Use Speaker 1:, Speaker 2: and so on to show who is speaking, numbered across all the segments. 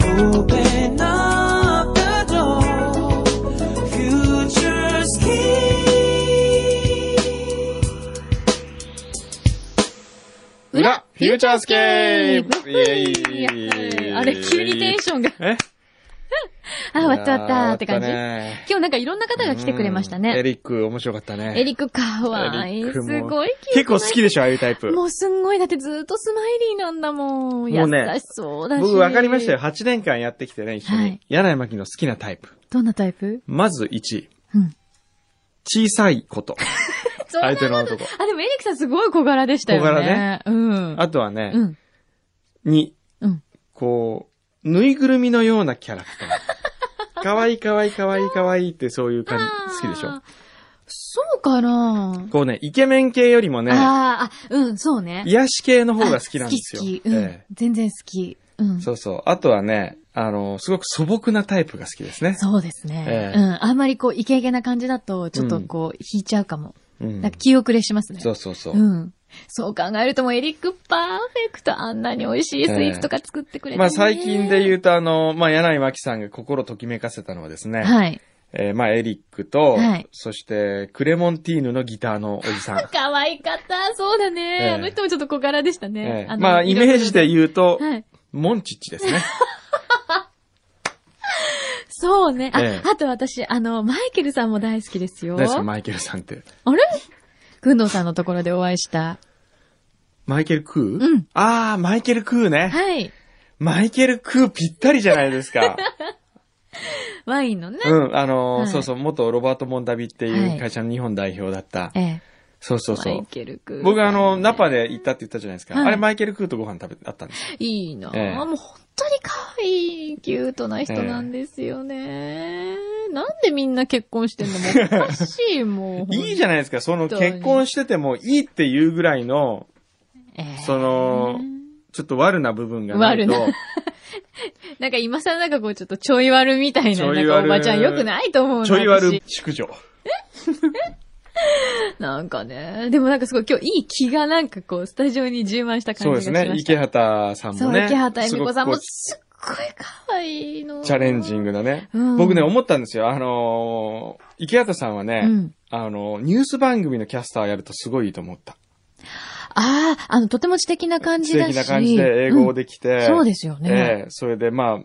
Speaker 1: Open up the door. Future's key.
Speaker 2: 裏、フューチャースケープ
Speaker 3: イェイあれ、急にテンションが。
Speaker 2: え
Speaker 3: あ、終わっちゃったって感じ。
Speaker 2: 終わ
Speaker 3: 今
Speaker 2: ったね
Speaker 3: 日なんかいろんな方が来てくれました
Speaker 2: うんエ
Speaker 3: ね。
Speaker 2: リック、面白かったね。
Speaker 3: エリックかわい
Speaker 2: エリ
Speaker 3: い。
Speaker 2: ック
Speaker 3: す
Speaker 2: も
Speaker 3: ごいキュー
Speaker 2: 結
Speaker 3: トな
Speaker 2: 構好きでしょ、ああいうタイプ。
Speaker 3: もうすんごい、だってずっとスマイリーなんだもん。
Speaker 2: もうね
Speaker 3: 優しそうだし。
Speaker 2: 僕分かりましたよ。。8年間やってきてね、一緒に。
Speaker 3: はい
Speaker 2: 柳井真紀の好きなタイプ。
Speaker 3: どんなタイプ
Speaker 2: まず1、
Speaker 3: うん。
Speaker 2: 小さいこと。
Speaker 3: そう
Speaker 2: 相手の男。
Speaker 3: あ、でもエリックさんすごい小柄でしたよね。
Speaker 2: 小柄ね。
Speaker 3: うん。
Speaker 2: あとはね、
Speaker 3: うん。
Speaker 2: 2、
Speaker 3: うん
Speaker 2: こう、ぬいぐるみのようなキャラク ター。かわいいかわいいかわいいかわいいってそういう感
Speaker 3: あ
Speaker 2: じ、
Speaker 3: ー
Speaker 2: 好きでしょ。
Speaker 3: そうかな
Speaker 2: こうね、イケメン系よりもね、
Speaker 3: あーあ、うん、そうね。
Speaker 2: 癒し系の方が好きなんですよ。
Speaker 3: あ好き、好き。うん
Speaker 2: え
Speaker 3: 全然好き。うん。
Speaker 2: え
Speaker 3: そう
Speaker 2: そうそう。あとはね、あの、すごく素朴なタイプが好きですね。
Speaker 3: ですね、
Speaker 2: ええ
Speaker 3: うん。あんまりこう、イケイケな感じだと、ちょっとこう、引いちゃうかも。
Speaker 2: うん
Speaker 3: なんか気遅れしますね。
Speaker 2: そうそうそう。
Speaker 3: うん。そう考えるともうエリックパーフェクトあんなに美味しいスイーツとか作ってくれて、ね
Speaker 2: まあ最近で言
Speaker 3: う
Speaker 2: うと、あの、まあ柳井真紀さんが心ときめかせたのはですね、
Speaker 3: はい。
Speaker 2: えーまあエリックと、
Speaker 3: はい
Speaker 2: そしてクレモンティーヌのギターのおじさん。
Speaker 3: 可愛かった。そうだね、
Speaker 2: ええ
Speaker 3: あの人もちょっと小柄でしたね
Speaker 2: え。え
Speaker 3: の
Speaker 2: まあイメージで
Speaker 3: い
Speaker 2: 言うと、
Speaker 3: ろいろはい。
Speaker 2: モンチッチですね。
Speaker 3: そうね。あ、
Speaker 2: ええ
Speaker 3: あと私、あの、マイケルさんも大好きですよ。
Speaker 2: 何ですか、マイケルさんって。
Speaker 3: あれくんどうさんのところでお会いした。
Speaker 2: マイケル・クー
Speaker 3: うん
Speaker 2: ああ、マイケル・クーね。
Speaker 3: はい。
Speaker 2: マイケル・クーぴったりじゃないです か。
Speaker 3: ワインのね。
Speaker 2: うん、あのー
Speaker 3: はい
Speaker 2: そうそう、元ロバート・モンダビって
Speaker 3: はいいう
Speaker 2: 会社の日本代表だった。
Speaker 3: ええ。
Speaker 2: そうそうそ
Speaker 3: マイ
Speaker 2: う。
Speaker 3: ケルくん。
Speaker 2: 僕あの、ナパで行ったって言ったじゃないですか。
Speaker 3: はい
Speaker 2: あれマイケル・クーとご飯食べ、あったんですよ。
Speaker 3: いいなぁ、
Speaker 2: ええ
Speaker 3: もう本当に可愛い、キュートな人なんですよね。なんでみんな結婚してんのもうおかしい、も う。
Speaker 2: いいじゃないですか、その
Speaker 3: 本当に
Speaker 2: 結婚しててもいいっていうぐらいの、
Speaker 3: ええ
Speaker 2: その、ちょっと悪な部分がないと。
Speaker 3: 悪なんか今更なんかこうちょっとちょい悪みたい
Speaker 2: ち
Speaker 3: な、
Speaker 2: ょ
Speaker 3: ないん
Speaker 2: 悪
Speaker 3: かおばちゃんよくないと思う
Speaker 2: ちょい悪
Speaker 3: 私
Speaker 2: 宿女。
Speaker 3: なんかね。でもなんかすごい今日いい気がなんかこう、スタジオに充満した
Speaker 2: そう
Speaker 3: 感
Speaker 2: で
Speaker 3: じ
Speaker 2: す
Speaker 3: がしました。
Speaker 2: ね。池畑さん
Speaker 3: そ
Speaker 2: も
Speaker 3: う、
Speaker 2: ね。
Speaker 3: 池畑恵美子さんも
Speaker 2: す
Speaker 3: すっごい可愛いの。
Speaker 2: ごくこうチャレンジ
Speaker 3: ン
Speaker 2: ングだね。
Speaker 3: うん
Speaker 2: 僕ね、思ったんですよ。あのー池畑さんはね、
Speaker 3: うん
Speaker 2: あのーニュース番組のキャスターやるとすごいいいと思った。
Speaker 3: ああ、あの、とても知的な感
Speaker 2: 素
Speaker 3: じだし。
Speaker 2: 敵な感じで、英語
Speaker 3: で、
Speaker 2: できて。
Speaker 3: そうですよね。
Speaker 2: ええそれでまあ、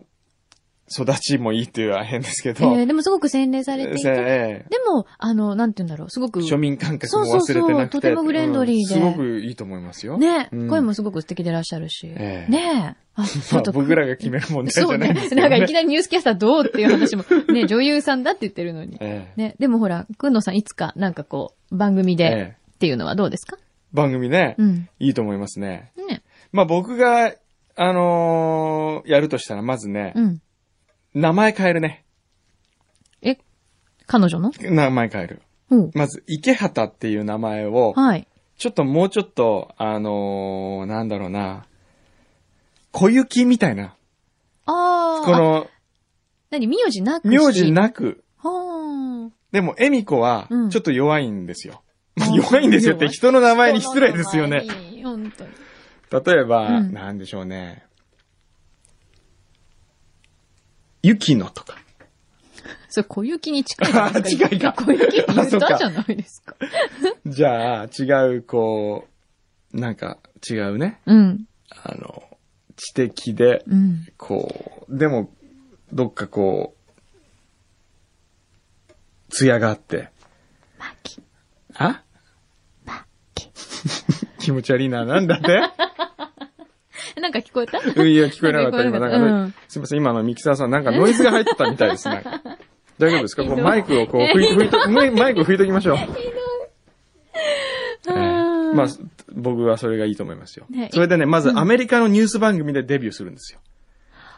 Speaker 2: 育ちもいいっていうのは変ですけど、
Speaker 3: えーでもすごく洗練されてい
Speaker 2: え
Speaker 3: て、
Speaker 2: え
Speaker 3: でも、あの、なんて言うんだろう、すごく、
Speaker 2: 庶民感覚も忘れてなくて。
Speaker 3: そうそうそうとてもフレンドリーで
Speaker 2: うんすごくいいと思いますよ。
Speaker 3: ね、
Speaker 2: うん
Speaker 3: 声もすごく素敵でいらっしゃるし、
Speaker 2: ええ
Speaker 3: ねえ、 あ、ち
Speaker 2: まあ
Speaker 3: ょっと、
Speaker 2: 僕らが決める問題じ
Speaker 3: そう
Speaker 2: ゃない
Speaker 3: ね
Speaker 2: です、けど、
Speaker 3: な
Speaker 2: ね。
Speaker 3: んかいきなりニュースキャスターどうっていう話 も、ね、女優さんだって言ってるのに。
Speaker 2: ええ
Speaker 3: ね、でもほら、くんのさんいつか、なんかこう、番組で
Speaker 2: ええ
Speaker 3: っていうのはどうですか、
Speaker 2: 番組ね、
Speaker 3: うん。
Speaker 2: いいと思いますね。
Speaker 3: ね、
Speaker 2: まあ僕が、あのーやるとしたらまずね、
Speaker 3: うん。
Speaker 2: 名前変えるね。
Speaker 3: え、彼女の
Speaker 2: 名前変える。
Speaker 3: うん。
Speaker 2: まず、池畑っていう名前を、
Speaker 3: はい。
Speaker 2: ちょっともうちょっと、あのーなんだろうな、小雪みたいな。
Speaker 3: あー
Speaker 2: こ
Speaker 3: あ、
Speaker 2: の、
Speaker 3: 何名字なくし
Speaker 2: 名字。なく、
Speaker 3: はー
Speaker 2: でも、恵美子は
Speaker 3: う、ん
Speaker 2: ちょっと弱いんですよ。
Speaker 3: あ ー
Speaker 2: 弱いんですよって
Speaker 3: 弱い
Speaker 2: 人の名前に失礼ですよね。。
Speaker 3: 本当に。
Speaker 2: 例えば、
Speaker 3: うん
Speaker 2: なんでしょうね。ゆきのとか。
Speaker 3: それ、小雪に近いじゃないですか。
Speaker 2: あ近いか
Speaker 3: 小雪って言
Speaker 2: あそう
Speaker 3: った
Speaker 2: か
Speaker 3: じゃないですか。
Speaker 2: じゃあ、違う、こう、なんか、違うね。
Speaker 3: うん。
Speaker 2: あの、知的で、
Speaker 3: うん。
Speaker 2: こう、でも、どっかこう、艶があって。
Speaker 3: マキ。
Speaker 2: あ
Speaker 3: マキ。
Speaker 2: 気持ち悪いな、なんだって
Speaker 3: なんか聞こえた
Speaker 2: うんいや、聞こえなかった。今、
Speaker 3: 聞こ
Speaker 2: なんか
Speaker 3: えなかった
Speaker 2: ね、
Speaker 3: うん
Speaker 2: すいません、今のミキサーさん、なんかノイズが入ってたみたいですね。 大丈夫ですか
Speaker 3: ひ
Speaker 2: こ
Speaker 3: どいう
Speaker 2: マイクをこう、拭い拭い と、マイマイクを拭いときましょう。えーまあ、す僕はそれがいいと思いますよ
Speaker 3: ね。
Speaker 2: それでね、まず
Speaker 3: うん
Speaker 2: アメリカのニュース番組でデビューするんですよ。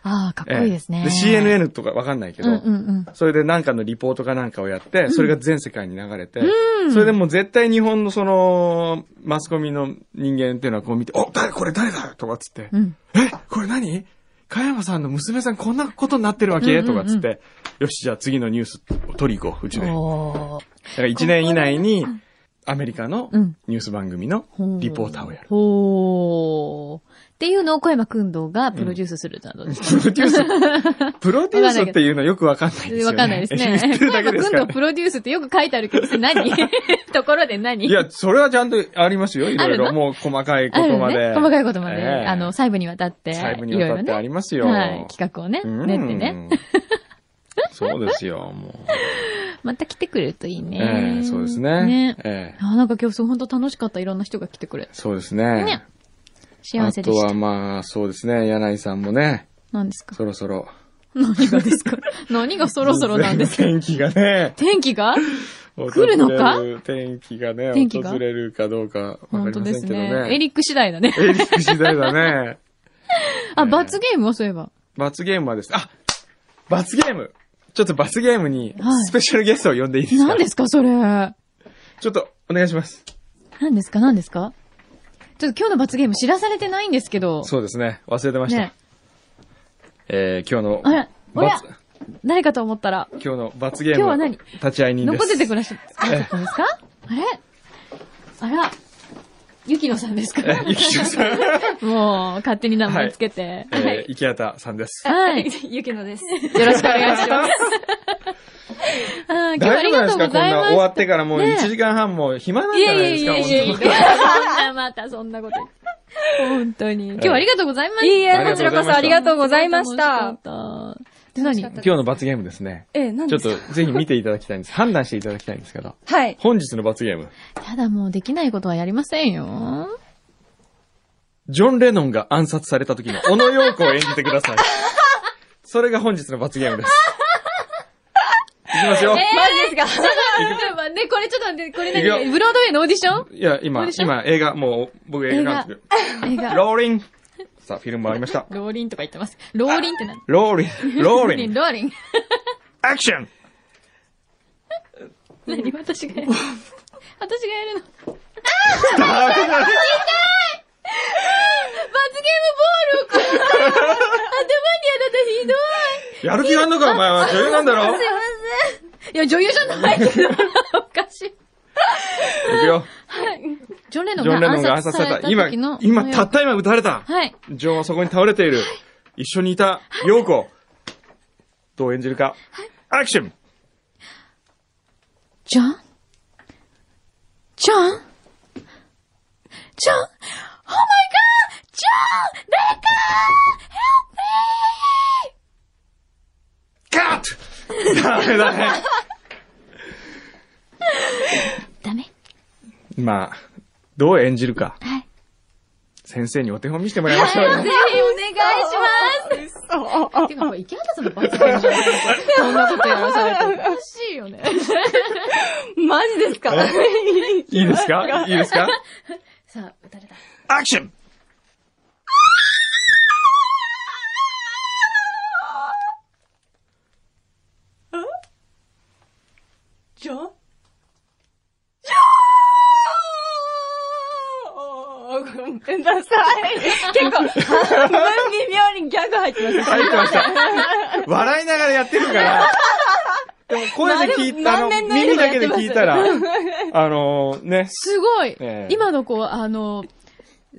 Speaker 3: ああ、かっこいいですね。
Speaker 2: えーで CNN とかわかんないけ
Speaker 3: うん
Speaker 2: ど
Speaker 3: う、んうん。
Speaker 2: それでなんかのリポートかなんかをやって、それが全世界に流れて、それでもう絶対日本のその、マスコミの人間っていうのはこう見て、お、誰これ誰だとかっつって
Speaker 3: う、ん。
Speaker 2: え、これ何加山さんの娘さんこんなことになってるわけ、
Speaker 3: うんうんうん
Speaker 2: とかっつって、よし、じゃあ次のニュース取り行こう、うちで。だか
Speaker 3: おー
Speaker 2: ら1年以内に、アメリカの
Speaker 3: うん
Speaker 2: ニュース番組の
Speaker 3: ほう
Speaker 2: リポーターをやる。
Speaker 3: ほう。っていうのを小山くんどうがプロデュースするなどです。
Speaker 2: プロデュース、プロデュースっていうのよくわかんないですよね。
Speaker 3: わかんないですね。
Speaker 2: 言ってるだけです
Speaker 3: 小
Speaker 2: か
Speaker 3: 山
Speaker 2: らね
Speaker 3: くんとプロデュースってよく書いてあるけど、それ何ところで何
Speaker 2: いや、それはちゃんとありますよ、いろい
Speaker 3: あ
Speaker 2: ろ。
Speaker 3: るの
Speaker 2: もう細かいこ
Speaker 3: ある
Speaker 2: と
Speaker 3: の
Speaker 2: まで。
Speaker 3: ね。細かいことまで、
Speaker 2: ええ
Speaker 3: あの、細部にわたって、い
Speaker 2: 細部にわた
Speaker 3: ろい
Speaker 2: っ
Speaker 3: ろ
Speaker 2: てあ
Speaker 3: ね。
Speaker 2: りますよ。
Speaker 3: はい。企画をね、
Speaker 2: うん
Speaker 3: 練ってね。。
Speaker 2: そうですよ、もう。
Speaker 3: また来てくれるといい ね。
Speaker 2: ええそうですね。
Speaker 3: ね。
Speaker 2: ええ
Speaker 3: あ、なんか今日そう、本当楽しかった。いろんな人が来てくれて。
Speaker 2: そうです
Speaker 3: ね
Speaker 2: ね。
Speaker 3: 幸せでし
Speaker 2: あとは
Speaker 3: た。
Speaker 2: まあ、そうですね、柳井さんもね、
Speaker 3: 何ですか
Speaker 2: そろそろ。
Speaker 3: 何がです か何がそろそろなんですか
Speaker 2: 天気がね、
Speaker 3: 天気が
Speaker 2: 来
Speaker 3: るのか
Speaker 2: 天気がね、
Speaker 3: 天気が
Speaker 2: 訪れるかどうかわか
Speaker 3: 本
Speaker 2: り
Speaker 3: 当
Speaker 2: ま
Speaker 3: で
Speaker 2: せん
Speaker 3: す
Speaker 2: けど
Speaker 3: ね。エ
Speaker 2: ね。
Speaker 3: リック次第だね。
Speaker 2: エリック次第だね。
Speaker 3: あ、罰ゲームはそういえば。
Speaker 2: 罰ゲームはです。あ罰ゲームちょっと罰ゲームに
Speaker 3: はい
Speaker 2: スペシャルゲストを呼んでいいですか
Speaker 3: 何ですかそれ。何
Speaker 2: ちょっとお願いします。
Speaker 3: ですか何ですかちょっと今日の罰ゲーム知らされてないんですけど。
Speaker 2: そうですね。忘れてました。
Speaker 3: ね。
Speaker 2: えー、今日の
Speaker 3: あら、おや
Speaker 2: 罰、
Speaker 3: 誰かと思ったら、
Speaker 2: 今日の罰ゲーム。
Speaker 3: 今日は何
Speaker 2: 立ち会い人です。
Speaker 3: 残っててくらしゃったんですかあれあら、ゆきのさんですか
Speaker 2: えゆきちょ さん。
Speaker 3: もう、勝手に名前つけて。は
Speaker 2: えー
Speaker 3: い。
Speaker 2: 池畑さんです。
Speaker 3: はい。
Speaker 4: ゆきのです。
Speaker 3: よろしくお願いします。あー今日はあ
Speaker 2: 大
Speaker 3: り
Speaker 2: 丈夫なんで
Speaker 3: がと
Speaker 2: す
Speaker 3: うご
Speaker 2: かこん
Speaker 3: ざい
Speaker 2: な
Speaker 3: ま
Speaker 2: 終わ
Speaker 3: す。
Speaker 2: ってからもう1時間半も暇なん
Speaker 3: い
Speaker 2: じゃ
Speaker 3: や
Speaker 2: ない
Speaker 3: や
Speaker 2: いで
Speaker 3: い
Speaker 2: すか
Speaker 3: やいやいや、
Speaker 2: 本
Speaker 3: そんなまたそんなこと言って。本当に。今日はありがとうございました。
Speaker 4: いい
Speaker 2: あ
Speaker 4: え、
Speaker 2: りが
Speaker 4: ことち
Speaker 2: うございまし
Speaker 4: らこ
Speaker 2: た
Speaker 4: そありがとうございました。。
Speaker 3: で、
Speaker 4: 楽し
Speaker 3: 何
Speaker 4: かった
Speaker 2: 当に今日の罰ゲームですね。
Speaker 4: え、何
Speaker 2: ちょ
Speaker 4: で
Speaker 2: っ
Speaker 4: すか
Speaker 2: とぜひ見ていただきた いんです。判断していただきたいんですけど。
Speaker 4: はい。
Speaker 2: 本日の罰ゲーム。
Speaker 3: やだ、もうできないことはやりませんよ。
Speaker 2: ジョン・レノンが暗殺された時の小野陽子を演じてくだ さい。それが本日の罰ゲームです。いきますよ。
Speaker 4: マジ ですか
Speaker 3: ね、これちょっと待って、これ
Speaker 2: いく
Speaker 3: 何
Speaker 2: よ
Speaker 3: ブロードウェイのオーディション
Speaker 2: いや、今、今映画、もう僕映画なんです
Speaker 3: 映
Speaker 2: けど。
Speaker 3: 画。
Speaker 2: ローリン。さあ、フィルムありました。
Speaker 3: ローリンとか言ってます。ローリンって何
Speaker 2: ロ ーリン、ローリン、
Speaker 3: ローリン。
Speaker 2: アクション
Speaker 3: 何私がやる。私がやるの。
Speaker 2: ダメだ
Speaker 3: 罰ゲームボールをこう頭に当た ったひど
Speaker 2: やる気あんのか、お前は。女優なんだろい
Speaker 3: い。いや、女優じゃないけど、おかしい。
Speaker 2: くよ。
Speaker 3: ジョン・レノ
Speaker 2: ジョン・
Speaker 3: ン
Speaker 2: レ
Speaker 3: が
Speaker 2: ノンが
Speaker 3: 暗
Speaker 2: 暗
Speaker 3: 殺
Speaker 2: 殺
Speaker 3: さ
Speaker 2: され
Speaker 3: れた
Speaker 2: た。今
Speaker 3: 時の、。
Speaker 2: 今、たった今撃たれた。
Speaker 3: はい。
Speaker 2: ジョンはそこに倒れている。一緒にいた、陽子。どう演じるか。アクション
Speaker 3: ジョンジョンジョン Oh my god! ジョン誰か
Speaker 2: カットダメだね。
Speaker 3: ダメ
Speaker 2: まあ、どう演じるか。
Speaker 3: はい。
Speaker 2: 先生にお手本見してもらいましょうよ。
Speaker 3: ぜひお願いしますてか、これ池畑さんの罰ゲームじゃないこんなことやらされて。おかしいよ ね。
Speaker 4: マジです か
Speaker 2: いいですかいいですか
Speaker 3: さあ、誰だ
Speaker 2: アクション
Speaker 4: ジョンごめんなさい。結構、半分微妙にギャグ入ってます。
Speaker 2: 入ってました。笑いながらやってるから。でも声で聞いた、あの、
Speaker 4: 何年の色で
Speaker 2: 耳だ
Speaker 4: やって
Speaker 2: けで
Speaker 4: ます
Speaker 2: 聞いたら、あのね、
Speaker 3: すごい、
Speaker 2: ええ
Speaker 3: 今の子、あの、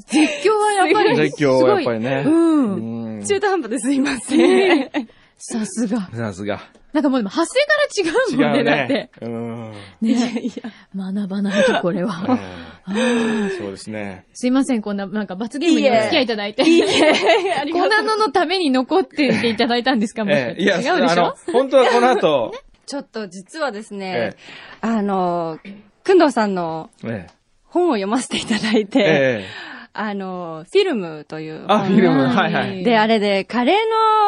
Speaker 3: 絶叫はやっぱり。
Speaker 2: 絶叫はやっぱりね。
Speaker 3: すごいうん。
Speaker 2: う ん。
Speaker 4: 中途半端ですいません。
Speaker 3: さすが。
Speaker 2: さすが。
Speaker 3: なんかもうでも発声から
Speaker 2: 違
Speaker 3: 違う も
Speaker 2: う
Speaker 3: んね、だっ
Speaker 2: ね
Speaker 3: て。。
Speaker 2: うん。
Speaker 3: ね。
Speaker 4: いや、
Speaker 3: 学ばないと、これは。
Speaker 2: うんそうですね。
Speaker 3: すいません、こんな、なんか罰ゲームにお付き合いいただい て。
Speaker 4: あり
Speaker 3: コ
Speaker 4: が
Speaker 3: ナンのために残っていていただいたんですかもしか
Speaker 2: え
Speaker 3: し
Speaker 2: え
Speaker 3: て
Speaker 2: いや、
Speaker 3: 違うで
Speaker 2: あ
Speaker 3: しょ
Speaker 2: の、本当はこの 後、
Speaker 4: ちょっと実はです
Speaker 2: え
Speaker 4: ね、あの、くんどうさんの
Speaker 2: ええ
Speaker 4: 本を読ませていただい
Speaker 2: え
Speaker 4: て、
Speaker 2: え
Speaker 4: あの、フィルムという
Speaker 2: あ、フィルム、
Speaker 3: うん
Speaker 2: はいはい。
Speaker 4: で、あれで、カレー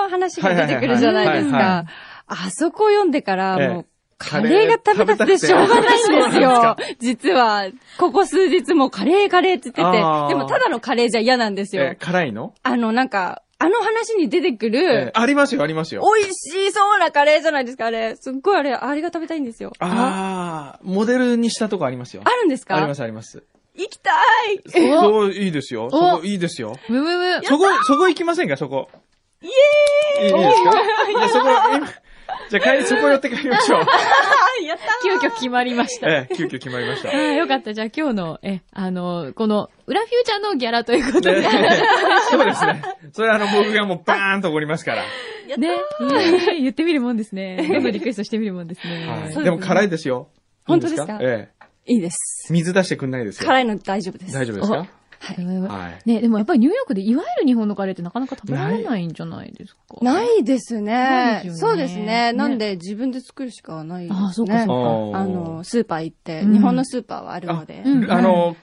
Speaker 4: の話が出てくるじゃないです
Speaker 2: はいはいは
Speaker 4: か。
Speaker 2: い
Speaker 4: あそこを読んでから、
Speaker 2: ええ
Speaker 4: もう、カレーが食べたくてしょうがないんですよ。実は、ここ数日もうカレーカレーって言ってて、
Speaker 2: あー
Speaker 4: でもただのカレーじゃ嫌なんです
Speaker 2: え
Speaker 4: よ
Speaker 2: え。辛いの、
Speaker 4: あの、なんか、あの話に出てく
Speaker 2: ええ
Speaker 4: る、
Speaker 2: ありますよ、ありますよ。
Speaker 4: 美味しそうなカレーじゃないですか、あれ。すっごいあれ、あれが食べたいんですよ。
Speaker 2: ああ、モデルにしたとこありますよ。
Speaker 4: あるんですか
Speaker 2: あります、あります。
Speaker 4: 行きたい
Speaker 2: そう、いいですよ。そこ、いいですよ。
Speaker 3: むむむ。
Speaker 2: そこ、そこ行きませんか、そこ。イエーイいいですかじゃあそこ、今じゃあ帰り、そこ寄って帰りまし ょう。
Speaker 4: やった
Speaker 3: 急遽決まりました。
Speaker 2: ええ、急遽決まりました。
Speaker 3: あーよかった。じゃあ今日の、え、あの、この、裏フューチャーのギャラということで。ね。
Speaker 2: そうですね。それはあの、僕がもうバーンと怒りますから。
Speaker 3: うん 言ってみるもんですね。どんどんリクエストしてみるもんですね。
Speaker 2: はい。
Speaker 4: そうですね
Speaker 2: でも辛いですよ。
Speaker 4: 本当ですか
Speaker 2: いいええ。
Speaker 4: いいです。
Speaker 2: 水出してくんないですよ。
Speaker 4: 辛いの大丈夫です。
Speaker 2: 大丈夫ですかはい
Speaker 3: ね、でもやっぱりニューヨークでいわゆる日本のカレーってなかなか食べられないんじゃないですか。
Speaker 4: ないですね。
Speaker 3: ないですよね
Speaker 4: そうです
Speaker 3: ね
Speaker 4: ね。なんで自分で作るしかないですね。
Speaker 3: あそうかそうか
Speaker 2: ー
Speaker 4: あの、、スーパー行って、
Speaker 3: うん
Speaker 4: 日本のスーパーはあるので。
Speaker 3: うん
Speaker 2: あの、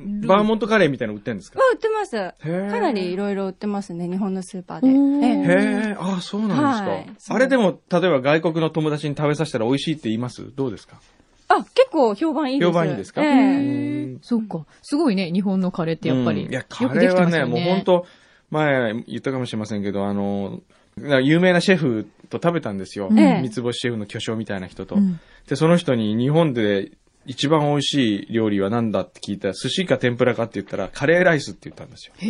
Speaker 2: バーモントカレーみたいなの売ってるんですか
Speaker 4: まあ売ってます。
Speaker 2: へー
Speaker 4: かなりいろいろ売ってますね、日本のスーパーで。
Speaker 3: おー
Speaker 4: ええ
Speaker 2: へえ、ああ、そうなん
Speaker 4: は
Speaker 2: で
Speaker 4: い
Speaker 2: すか。あれでも、例えば外国の友達に食べさせたら美味しいって言いますどうですか
Speaker 4: あ、結構評判いいです。
Speaker 2: 評判いいですか
Speaker 4: え
Speaker 3: う
Speaker 4: え
Speaker 3: ん。そっか。すごいね、日本のカレーってやっぱり。
Speaker 2: うんいや、カレーはね、
Speaker 3: よ
Speaker 2: もう
Speaker 3: くできてますよ
Speaker 2: 本当前言ったかもしれませんけど、あの、有名なシェフと食べたんですよ。
Speaker 3: え
Speaker 4: え
Speaker 2: 三つ星シェフの巨匠みたいな人と。
Speaker 3: うん
Speaker 2: で、その人に日本で一番美味しい料理は何だって聞いたら、寿司か天ぷらかって言ったら、カレーライスって言ったんですよ。
Speaker 3: へ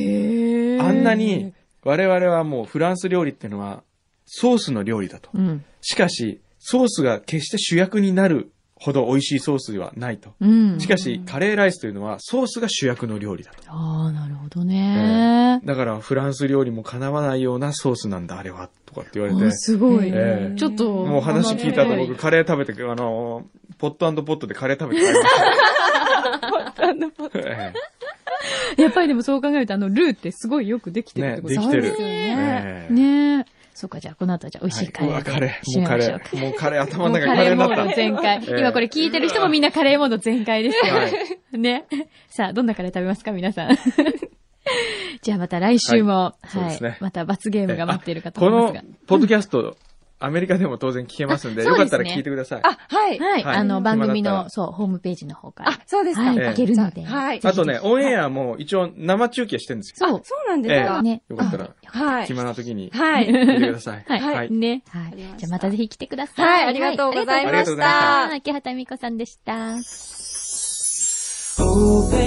Speaker 3: ー
Speaker 2: あんなに、我々はもうフランス料理ってのは、ソースの料理だと。
Speaker 3: うん。
Speaker 2: しかし、ソースが決して主役になるほど美味しいソースではないと。
Speaker 3: うん。
Speaker 2: しかし、カレーライスというのはソースが主役の料理だと。
Speaker 3: ああ、なるほどね。
Speaker 2: だから、フランス料理も叶わないようなソースなんだ、あれは、とかって言われ
Speaker 3: あ
Speaker 2: て。
Speaker 3: すごい。
Speaker 2: ええ
Speaker 3: ちょっと。
Speaker 2: もう話聞いた
Speaker 3: と
Speaker 2: 後、僕、カレー食べて、あのー、ポットポットでカレー食べて帰りました。ポット ポット。え
Speaker 3: やっぱりでもそう考えると、あの、ルーってすごいよくできてるってこと
Speaker 2: ねできてる
Speaker 3: そうですよ
Speaker 2: え
Speaker 3: ね。
Speaker 2: ええ
Speaker 3: ねえ。そうか、じゃあこの後はじゃあ美味しいカ
Speaker 2: はい、
Speaker 3: レ
Speaker 2: うわ
Speaker 3: ーで
Speaker 2: カレー。
Speaker 3: 締
Speaker 2: も
Speaker 3: め
Speaker 2: うカ
Speaker 3: まし
Speaker 2: レ
Speaker 3: ょうか。
Speaker 2: ー。もうカレー、頭
Speaker 3: も
Speaker 2: の
Speaker 3: う
Speaker 2: 中
Speaker 3: カ
Speaker 2: にカレ
Speaker 3: レ
Speaker 2: ー
Speaker 3: ー
Speaker 2: に
Speaker 3: モ
Speaker 2: な
Speaker 3: ード
Speaker 2: った。
Speaker 3: 全開。
Speaker 2: ええ
Speaker 3: 今これ聞いてる人もみんなカレーモード全開ですよ
Speaker 2: はい。
Speaker 3: ね。さあ、どんなカレー食べますか、皆さん。 じゃあまた来週も、
Speaker 2: いそう
Speaker 3: は
Speaker 2: ですね
Speaker 3: い。また罰ゲームが待っているかと
Speaker 2: こ
Speaker 3: 思いま
Speaker 2: の
Speaker 3: すが。、
Speaker 2: ポッドキャスト、アメリカでも当然聞けますんで、
Speaker 3: あそう
Speaker 2: よ
Speaker 3: ですね
Speaker 2: かったら聞いてください。
Speaker 4: あ、はい。
Speaker 3: はい。
Speaker 2: はい
Speaker 3: あの、番組
Speaker 2: 暇だった
Speaker 3: の、
Speaker 2: ら
Speaker 3: そう、ホームページの方から
Speaker 4: あ。、そうですか。
Speaker 3: はい、
Speaker 2: ええ
Speaker 3: いけるので。
Speaker 4: じゃあはい
Speaker 2: あとね、オンエアも一応生中継してるんですよ。
Speaker 3: そう。
Speaker 4: そうなんです
Speaker 2: え
Speaker 4: か。
Speaker 2: え
Speaker 3: ね。
Speaker 2: よかったら
Speaker 4: はい。
Speaker 2: 暇な時に
Speaker 4: はい。
Speaker 2: 聞いてください。
Speaker 3: はい。はい。ね。は
Speaker 4: りまし
Speaker 3: い。
Speaker 4: た
Speaker 3: じゃあまたぜひ来てください。
Speaker 4: はい、ありがとうございま
Speaker 2: ありがとうございま
Speaker 4: し
Speaker 2: した
Speaker 4: た。
Speaker 3: はい。秋畑美子さんでした。
Speaker 1: Open